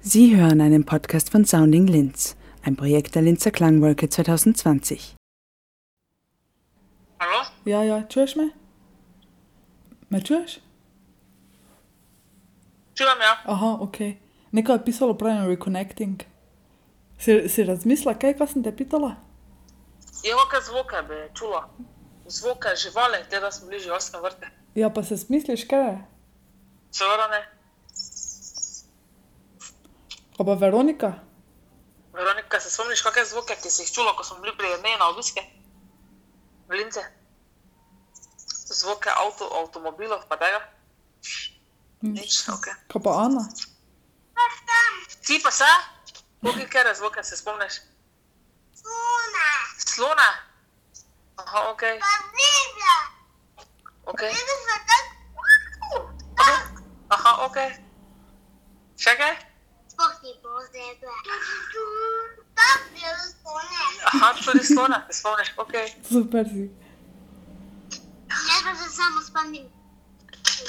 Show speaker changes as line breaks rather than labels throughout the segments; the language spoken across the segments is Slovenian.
Sie hören einen Podcast von Sounding Linz, ein Projekt der Linzer Klangwolke 2020.
Hallo?
Ja, ja, tschüss mich? Me čuješ?
Čujem, ja.
Aha, ok. Neko je pisalo prej na reconnecting. Si, si razmislila, kaj, kaj sem te pitala?
Je kakšne zvoke bi čula. Zvoke živali, te da smo bili živalske vrte.
Ja, pa se smisliš, kaj je?
Seveda ne.
Kaj pa Veronika?
Veronika, se spomniš kakšne zvoke, ki si jih čula, ko smo bili pri jednej na obiske? V Lince. Zvoke avto, avtomobilov, pa tega. Nič, ok.
Kaj pa Ana?
Ti pa se? Koliko kera zvoke se spomniš? Slona. Aha, ok. Ok. Aha, ok. Še kaj?
е
Aha, tudi slona, se spomniš, ok.
Super si.
Jaz pa se samo spomnim,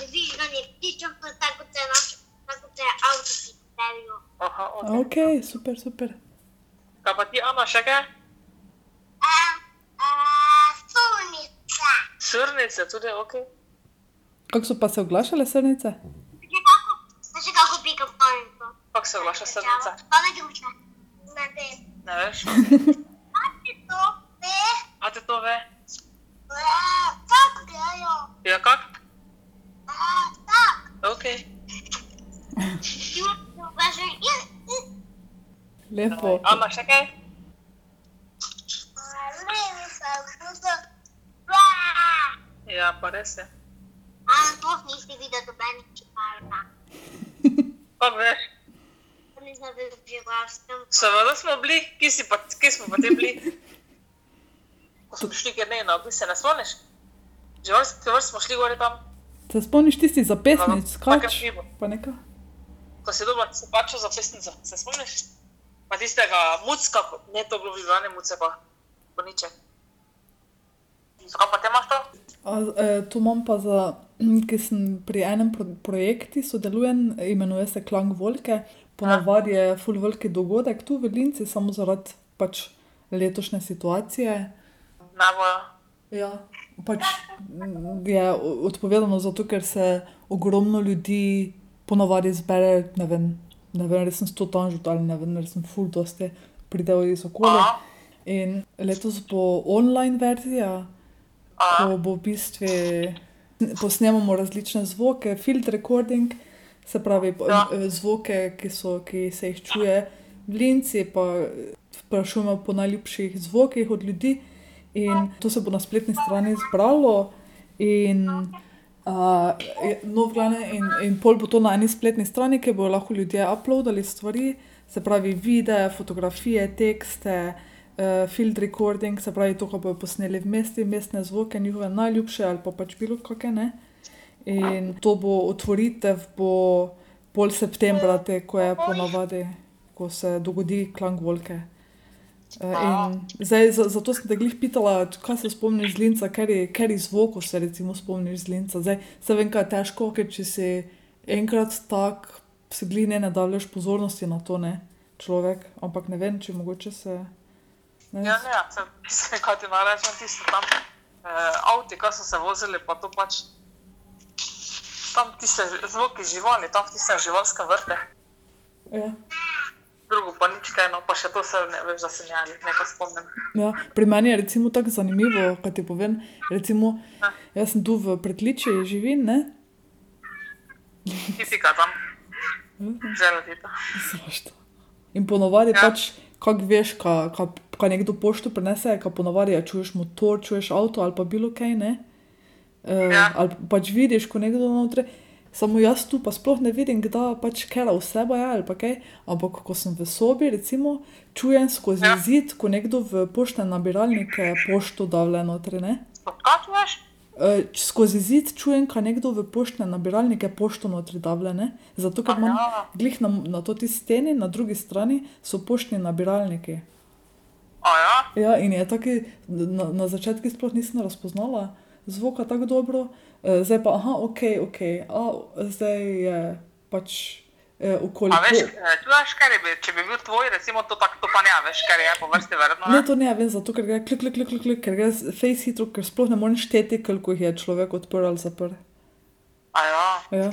zvižganje ptičev, to je tako kot se je naš, tako kot se je avto, ki pravijo.
Aha, ok.
Ok, super, super.
Kaj pa ti, Ana, še kaj?
A, a, sonica.
Srnice, tudi ok.
Kako so pa se oglašale srnice?
Že kako, že kako pika panico.
Kako se oglaša srnica?
Pa ne druža. Ne vem.
Ne veš?
A ti to ve?
A te to ve?
Ja, Kako grejo?
Ja, kak?
A, Tako.
Ok.
Ti pa že in, in.
Lepo.
Ana, še kaj?
Levi so kruto. Bra!
Ja, pa res je.
Ali sploh nisi videl dobenih čiparka?
Kako veš?
Ne znam, da bi živel s tem.
Seveda smo bili, kje, si pa, kje smo pa ti bili? Ko smo šli, ker ne, no, ti se ne spomniš. Živalski vrt smo šli gori tam,
Se spomniš tisti zapesnic,
Aha, takem
skač?
živo.
Pa neka?
ko si dobil pačo za pesnico, se spomniš? Pa tistega mucka, ko- ne to je bilo vizualne muce, pa boniček. Kaj pa te imaš to?
A, eh, to imam pa za, ki sem pri enem pro projektu sodelujem, imenuje se Klang Volke. Ponavadi je full veliki dogodek tu v Linci, samo zaradi pač letošnje situacije.
Ne bojo.
Ja, pač m, je o- odpovedano zato, ker se ogromno ljudi ponavadi zbere, ne vem, ne vem, res sem sto tanžut ali ne vem, res sem full dosti, pridejo iz okolja.
Aha.
In letos bo online verzija
Aha.
ko bo v bistvu posnemamo različne zvoke, field recording, se pravi po-
Ja.
eh, zvoke, ki, so, ki se jih čuje v Linci, pa eh, vprašujemo po najljubših zvokih od ljudi. In to se bo na spletni strani zbralo. In, uh, no, v glavnem, in, in pol bo to na eni spletni strani, kjer bodo lahko ljudje uploadali stvari, se pravi videe, fotografije, tekste, uh, field recording, se pravi to, kar bodo posneli v mesti, mestne zvoke, njihove najljubše ali pa pač bilo kakšne. ne. In to bo otvoritev, bo pol septembra, te, ko je ponavadi, ko se dogodi klang volke. Eh, In zdaj, za, zato sem te glih pitala, kaj se spomniš z Linca, ker je, ker je zvok, se recimo spomniš z Linca. Zdaj, se vem, kaj je težko, ker če si enkrat tak, se glih ne nadaljuješ pozornosti na to, ne, človek. Ampak ne vem, če mogoče se. Ne,
Ja, ne, ja, sem- mislim, kaj ti naj rečem, tisto tam, eh, avti, ki so se vozili, pa to pač. Tam tiste zvoki živali, tam tiste živalske vrte.
ja.
drugo pa nič kaj, no pa še to se ne veš, da se njali, nekaj spomnim.
Ja, pri meni je recimo tako zanimivo, kaj ti povem. Recimo, jaz sem tu v pretliči, živim, ne?
Tipika tam, zelo tita.
Zašto? In ponovadi
Ja.
ja. pač, kako veš, kaj ka, ka nekdo pošto prenese, kaj ponovadi je, ja, čuješ motor, čuješ avto ali pa bilo kaj, ne? Uh,
Ja.
Ali pač vidiš, ko nekdo znotraj. Samo jaz tu pa sploh ne vidim, kdaj pač kera oseba je ali pa kaj, ampak ko sem v sobi, recimo, čujem skozi
Ja.
ja. zid, ko nekdo v poštne nabiralnike pošto davle notri, ne?
Kaj ti veš?
Eh, č- skozi zid čujem, kaj nekdo v poštne nabiralnike pošto notri davlja, ne? Zato, ker imam
Aha.
glih na, na to ti steni, na drugi strani so poštni nabiralniki.
A ja,
Ja, in je taki, na, na začetku sploh nisem razpoznala zvoka tako dobro, eh, zdaj pa, aha, ok, ok, a zdaj je pač eh, okoli.
A veš,
To-
eh, tu veš, kaj je bil, če bi bil tvoj, recimo to tako, to pa ne, a veš, kaj je po vrsti verjetno.
Ne,
Ne?
to ne vem, zato ker gre klik, klik, klik, klik, klik ker gre face hitro, ker sploh ne moreš šteti, koliko jih je človek odprl ali zaprl.
A ja,
Ja,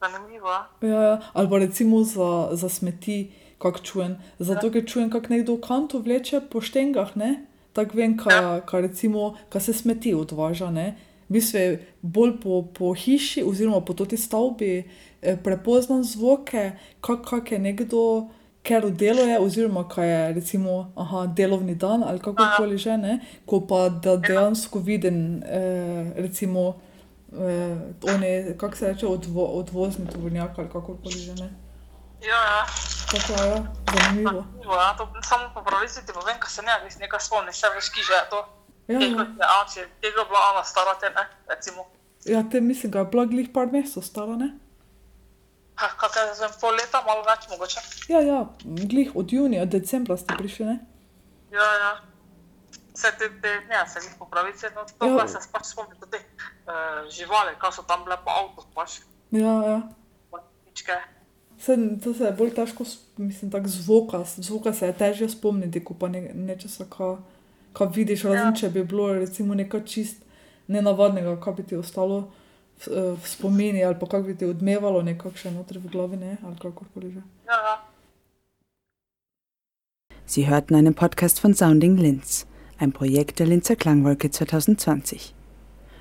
zanimivo. a.
ja, ja. Ali pa recimo za, za smeti, kak čujem. Zato ker čujem, kak nekdo kanto vleče po štengah, ne? Tako vem, ka, ka recimo, ka se smeti odvaža, ne? V bistvu je bolj po, po hiši oziroma po toti stavbi eh, prepoznam zvoke, kak, kak je nekdo, ker deluje oziroma kaj je recimo aha, delovni dan ali kakorkoli že, ne? Ko pa da dejansko vidim eh, recimo eh, one, kako se reče, odvo, odvozni tovornjak ali kakorkoli že, ne?
Ja, ja.
Tako je, ja, zanimivo.
zanimivo, a. To samo po pravici ti povem, ko se ne, res nekaj spomniš, se veš, ki že je to.
Ja,
Tega
ja.
je Ače, tega je bila Ana stara te, ne, recimo.
Ja, te mislim, da je bila glih par mesecev stara, ne?
Ha, Kaj je zvem, pol leta, malo več mogoče.
Ja, ja, glih od junija, decembra ste prišli, ne?
Ja, ja. Se te, te ne, se jih po pravici, no to
Ja.
pa se pač spomnim, da te uh, živali, kaj so tam bile pa avto, pač,
Ja, ja.
ptičke.
Se, to se je bolj težko, s- mislim, tako zvoka, zvoka se je težje spomniti, ko pa ne, nečesa, ka, ka vidiš, razen če bi bilo recimo nekaj čist nenavadnega, kaj bi ti ostalo v, eh, v spomini ali pa kako bi ti odmevalo nekako še notri v glavi, ne, ali kakorkoli že.
Ja, ja.
Sie hörten einen Podcast von Sounding Linz, ein Projekt der Linzer Klangwolke 2020.